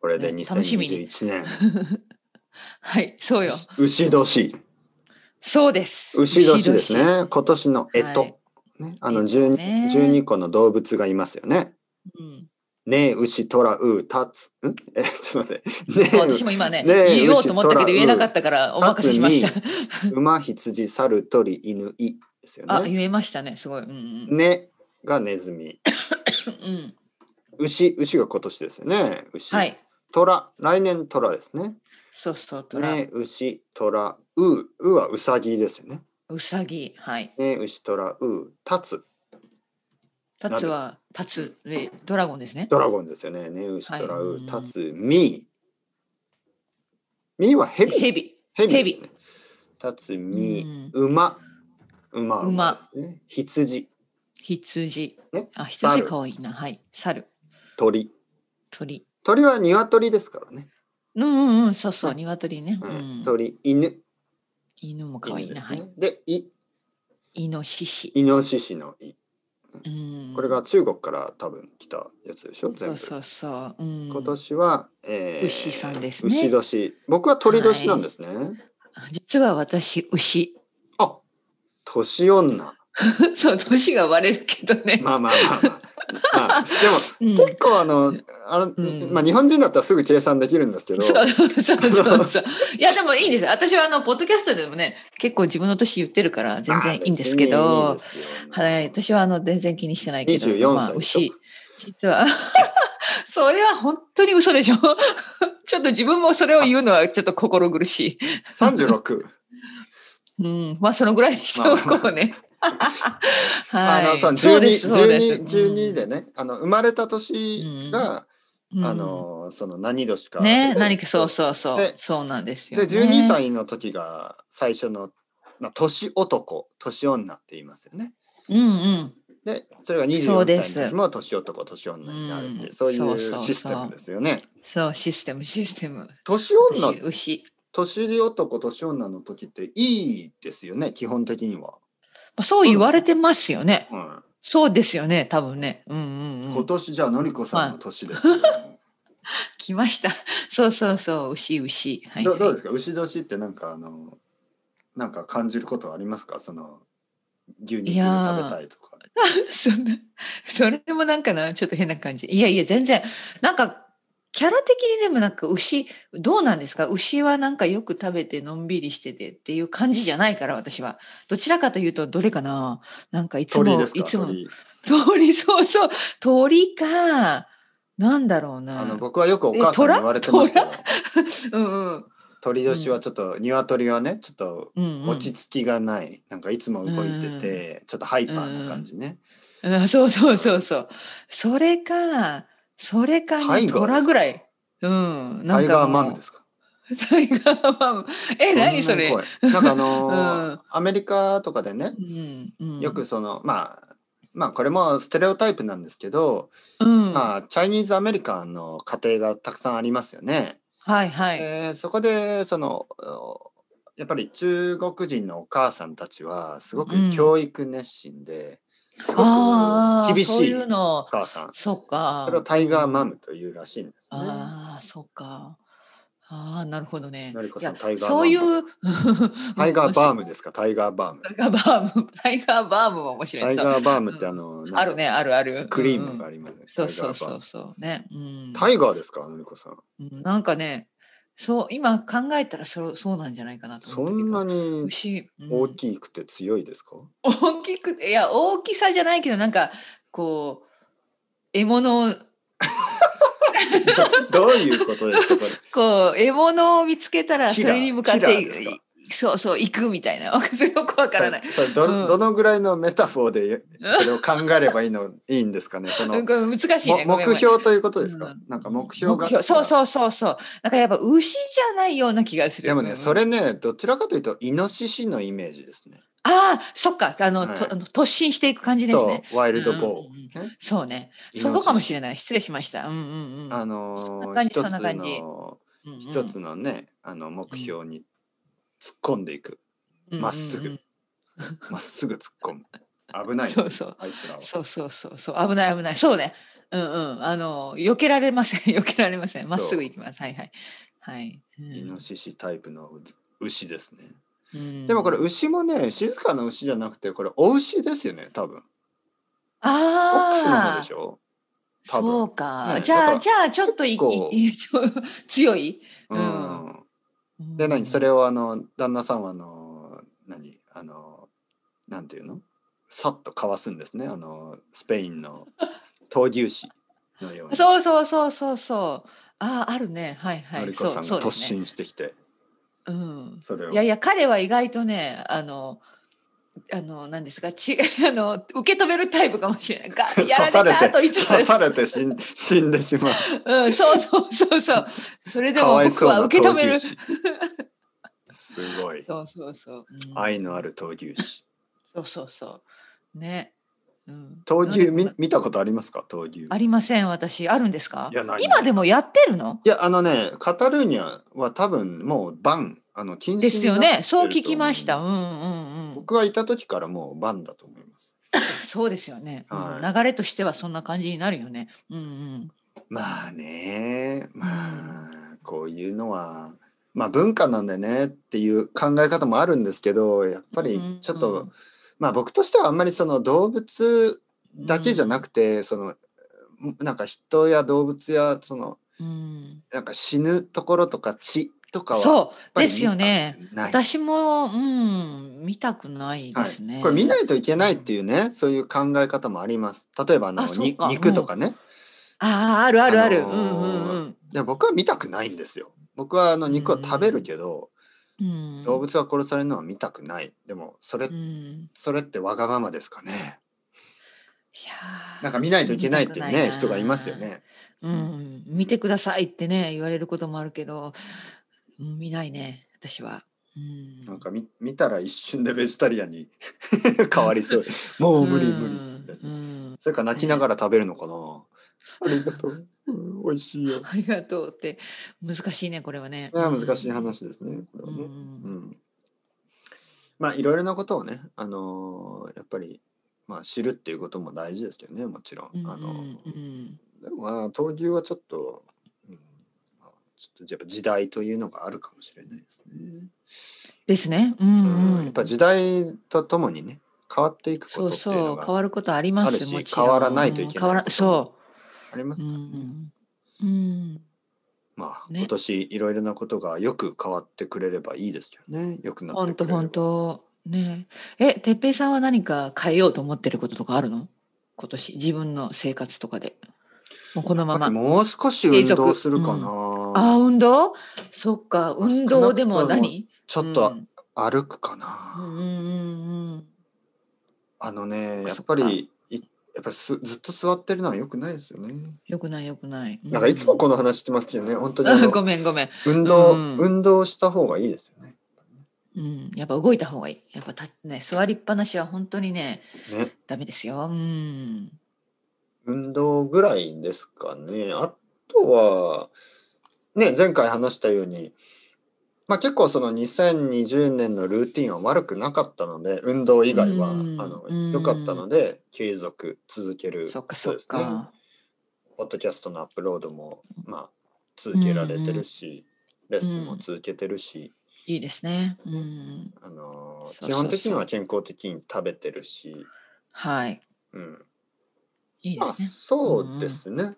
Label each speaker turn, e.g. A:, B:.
A: これで
B: ね楽しみに
A: 2021年、
B: はい、そうよ。
A: 牛年
B: そうです。
A: 牛年です。ね今年の干支、
B: はい
A: ね、あの
B: 干支
A: 12,
B: ね
A: 12個の動物がいますよね。
B: うん、
A: ねえ牛トラウータツんえちょっと待
B: そう
A: ってね
B: 私も今ね
A: ねえ
B: 言おうと思ったけど
A: 牛
B: 言えなかったからお任せしました。
A: え馬羊猿鳥犬いですよ
B: あ、
A: ね。
B: 言えましたね。すごい。うんうん。
A: ねがネズミ
B: うん、
A: 牛牛が今年ですよね牛、
B: はい。
A: トラ来年トラですね。
B: そうそうとら、
A: ね牛トラウーウはウサギですよね。
B: うさぎはい。
A: ね牛トラウータツ
B: タツはタツえドラゴンですね。
A: ドラゴンですよね。ね牛トラウ
B: はいうん
A: ータツミーミーはヘビ
B: ヘビ
A: ヘビ
B: ヘビ
A: ですね。タツミ
B: うん
A: 馬馬馬
B: 馬
A: ですね。羊
B: 羊
A: ね
B: あ羊可愛いなはい猿
A: 鳥
B: 鳥
A: 鳥は鶏ですからね。
B: うんうんうんそうそう
A: はい
B: 鶏ね、
A: う
B: うんん、
A: 鳥犬
B: 犬も可愛い
A: 犬で
B: な
A: す
B: は
A: ね。
B: い
A: でイ
B: イノシシ
A: イノシシのイ
B: うん
A: これが中国から多分来たやつでしょ全
B: そう
A: 部。
B: そうそう、うん、
A: 今年は、えー
B: 牛さんですね
A: 牛年僕は鳥年なんですね、
B: 実は私牛
A: あ年女
B: そう年が割れるけどね、
A: まあまあまあまあ、まあ、で
B: うん
A: も結構あのあの、
B: ん
A: まあ日本人だったらすぐ計算できるんですけど
B: そうそうそうそう。いやでもいいんです。私はあのポッドキャストでもね、結構自分の年言ってるから全然いいんですけ
A: まあ
B: ど、
A: 別にいいですよ
B: はい、私はあの全然気にしてないけど、
A: 24
B: まあ
A: 歳でしょ
B: 牛、実はそれは本当に嘘でしょ。ちょっと自分もそれを言うのはちょっと心苦し
A: 36
B: い。うん、まあそのぐらいにしておこうね。
A: あ
B: はい
A: のさ。
B: そうですそうです
A: 12 12でねあの生まれた年が、
B: うん
A: あのその何年かで
B: ね、何かそうそうそう
A: で、
B: そうなんですよ、
A: で
B: ね。
A: 12歳の時が最初の、まあ、年男年女って言いますよね
B: うんうん。
A: でそれが
B: そう
A: 24
B: で
A: 歳
B: す
A: の時も年男年女になるって、
B: うん
A: そうい
B: そうそうそうう
A: システムですよね。
B: そう、システム、システム。
A: 年
B: 牛
A: 女
B: 牛
A: 年男年女の時っていいですよね基本的には。
B: まあそう言われてますよね。
A: うん
B: そうですよね、多分ね。うんうんう
A: 今
B: ん。
A: 年じゃあのりこさんの年ですけども、
B: 来ました。 そうそうそう、牛牛。はい、
A: どどうですか牛年ってなんかあのなんか感じることはありますかその牛肉食
B: い
A: べ
B: やー
A: たいとか。
B: そんな、それもなんかな、ちょっと変な感じ。いやいや、全然、なんか、キャラ的にでもなんか牛、どうなんですか牛はなんかよく食べてのんびりしててっていう感じじゃないから、私は。どちらかというと、どれかななんかいつ
A: 鳥
B: も
A: で、すか
B: いつも、
A: 鳥
B: 鳥、そうそう、鳥か、なんだろうな。
A: あの僕はよくお母さんに言われてましたよ。
B: うんうん
A: 鳥年はちょっと鶏はねちょっと
B: うんうん。
A: 落ち着きがない、なんかいつも動いてて、ちょっとハイパーな感じね、
B: うん、そうそうそうそう。それか、それか
A: タイガーで
B: ね、
A: すか
B: トラぐらい。うん。。
A: タイガーマムですすか
B: タイガーマム。え、何それ。
A: んなに怖いなんかあのー
B: うん
A: アメリカとかでね
B: うんうん
A: よく、その、まあまあこれもステレオタイプなんですけど、
B: うん、
A: まあチャイニーズアメリカンの家庭がたくさんありますよね。
B: はいはい。
A: えーそこでそのおやっぱり中国人のお母さんたちはすご
B: う
A: く
B: ん
A: 教育熱心で、すご
B: ああ、
A: く厳
B: そう
A: し
B: い
A: いうお
B: の。
A: 母さん
B: そっか。
A: それをタイガーマムというらしいんですね。
B: ああ、そっか。ああ、なるほどね。
A: のりこさん
B: いや
A: タイガーマム
B: そういう。
A: タイガーバーム
B: で。
A: ですか、タイガーバーム。
B: タイガーバーム。タイガーバームも面白
A: タ
B: い。
A: イ
B: そう
A: ガーバームってあの、なんか
B: あるね、あるある。
A: クリームが
B: うんうん
A: ありますね。
B: そうそう
A: タイガーバー
B: そう
A: ム
B: そうね。うん。
A: タイガーですか、のりこさん。
B: うんなんかね、そう、今考えたらそうそうなんじゃないかなと思
A: そ
B: ったけど。
A: んなに
B: 牛、うん
A: 大きくて強いですか。
B: 大きくて、いや、大きさじゃないけど、なんか、こう、獲物を、
A: どういうことです か、これ。
B: こう、獲物を見つけたら、
A: キ
B: そ
A: ラー
B: れに向かっ
A: キラー
B: て
A: ですか、
B: そうそう、行くみたいな。 それよくわからない。
A: それ。それど、
B: うん
A: どのぐらいのメタフォーで、それを考えればいいの、 いいんですかね、その。
B: うんこれ難しいね。
A: も
B: ごめんごめ
A: 目
B: ん
A: 標ということですか、
B: うん
A: なんか目標が
B: 目標そう
A: う
B: そうそうそう。なんかやっぱ牛じゃないような気がする。
A: でもね
B: うん
A: それねどちらかというとイノシシのイメージですね
B: ああ、そっか。あの、
A: はい
B: とあの突進していく感じです
A: そ
B: ね。
A: うワイルドボー、
B: うんうん
A: ね
B: そうね。
A: イノシシ
B: そうかもしれない。失礼しました。うんうんうん。
A: あの
B: そんな
A: ー
B: 感じ
A: 一
B: そんな
A: つ
B: 感じ
A: の
B: うんうん
A: 一つのね、あの目標に突っ込んでいくまっすぐ
B: うんうん
A: まっすぐ突っ込む危ないです
B: そうそう
A: あいつらは
B: そうそうそうそう危ない危ないそうね。うんうん。あの、避けられません。避 けられません。まっす
A: そう
B: ぐ行きます。はいはい。はい。うん
A: イノシシタイプのう牛ですね。
B: うん
A: でもこれ牛もね、静かな牛じゃなくて、これお牛ですよね、多分。オックスの方
B: あ
A: で
B: あ
A: し。ょ多分
B: そうか。
A: ね
B: じ
A: だか
B: ゃあ、
A: ら
B: じゃあ、ちょっとい、い、
A: 結構
B: いちょ強い。
A: うん。
B: う
A: で
B: ん
A: 何それをあの旦那さんはあの何あのなんていうのさっとかわすんですねあのスペイン の闘牛士のように
B: そうそうそうそうそう。ああ、あるね。はいは
A: のり
B: い。
A: こ
B: そ
A: さ
B: うんそ
A: が
B: うで
A: 突
B: すね。
A: 進してきて
B: うん。
A: それを
B: いやいや、彼は意外とね、あの。あの、なんですか、ち、 あの、受け止めるタイプかもしれな い。が、
A: 刺
B: やられ
A: され
B: たと
A: て
B: 言いつつ。
A: 刺されて死ん死んでしまう
B: うん、そうそうそうそう。それで
A: か
B: も
A: わい
B: 僕
A: そう
B: は
A: な
B: 受け止め
A: 闘
B: る。
A: 牛士すごい
B: そうそうそう。うん
A: 愛のある闘牛士
B: そうそうそう。ね。うん
A: 闘牛
B: なんでこん
A: 見
B: な
A: 見たことありますか闘牛
B: ありません、私。あるんですか
A: いやない
B: 今でもやってるの
A: いやあのねカタルーニャは多分もうバンあの禁止にな
B: で
A: ってる
B: す
A: と思い
B: よ
A: ます
B: ね。そう聞きました。うんうんうん。
A: 僕がいた時からもうバンだと思います。
B: そうですよね、うん
A: はい
B: 流れとしてはそんな感じになるよね。うんうん。
A: まあねまあこういうのはまあ文化なんでねっていう考え方もあるんですけどやっぱりちょっと、
B: うんうん
A: まあ僕としてはあんまりその動物だけじゃなくて、そのなんか人や動物やその
B: うん、
A: なんか死ぬところとか血とかはやっ
B: そう
A: ぱり
B: ですよね。
A: ない。
B: 私も、うん、見たくないで
A: は
B: すね。
A: い、これ見ないといけないっていうねそういう考え方もあります例えばあの
B: あそう
A: に
B: か
A: 肉とかね、
B: ああ、あるあるある。
A: あ
B: うんう
A: のー
B: ん
A: いや僕は見たくないんですよ。僕はあの肉は食べるけど、
B: うん。うん
A: 動物が殺されるのは見たくない。でもそれ、
B: うん
A: それってわがままですかね。
B: いやー
A: なんか見ないといけないっていうね
B: 見たくなな
A: 人がいますよね。
B: うん、見てくださいってね言われることもあるけど、うん、見ないね私は、うん、
A: なんか見見たら一瞬でベジタリアンに 変わりそう。もう無理無理みたいな。
B: うん
A: それか泣きながら食べるのかな。ありがとう。うん美味しいよ。
B: ありがとうって難しいねこれはね
A: いや難しい話ですね。これはね。
B: うん
A: うんまあいろいろなことをね、あのーやっぱり、まあ、知るっていうことも大事ですけどねもちろん。あの
B: うんうん
A: でもまあ闘牛はちょっと、うんまあ、ちょっとやっぱ時代というのがあるかもしれないですね。
B: ですねうんうん、
A: うんやっぱ時代とともにね変わっていく
B: そ
A: こ
B: う
A: とっていうの
B: そう変
A: が
B: わることあります
A: あるし
B: もちろん
A: 変わらないといけない
B: 変わら
A: ことも
B: そ
A: ありま
B: う、
A: す
B: う
A: からね。
B: んうん、
A: まあ、
B: ね
A: 今年いろいろなことがよく変わってくれればいいですよね。よくなっ
B: ほ
A: て
B: ん
A: く
B: と
A: れれば。
B: ほんとねえ哲平さんは何か変えようと思ってることとかあるの今年自分の生活とかでもうこのま
A: やっぱり
B: ま
A: もう少し運動するかな。
B: あ運動そっか
A: あ
B: 運動でも
A: 少なくとも
B: 何
A: ちょっと
B: うん
A: 歩くか
B: う
A: な。
B: んうんうん
A: あのね、や
B: そ
A: っ
B: っ
A: ぱ
B: か
A: りいやっぱりすずっと座ってるのは良くないですよね。
B: よくないよくない
A: なんかいつもこの話してますけどね、本当にあ
B: うん ご
A: の
B: めんごめん、
A: 運動、
B: うん
A: 運動した方がいいですよね。
B: うん、やっぱ動いた方がいいやっぱたね座りっぱなしは本当にね
A: ね、
B: ダメですようん
A: 運動ぐらいですかね。あとはね、前回話したように、まあ結構その2020年のルーティンは悪くなかったので、運動以外は、
B: うん
A: あの
B: うん
A: 良かったので継続続ける
B: そっ
A: こと
B: かそっ
A: ですね
B: か
A: ポッドキャストのアップロードもまあ続けられてるし、レッスンも続けてるし、
B: いいですねうん
A: あのー
B: そうそうそう
A: 基本的には健康的に食べてるし、
B: はい
A: うん、
B: いいで
A: まあ
B: すね
A: そうですね、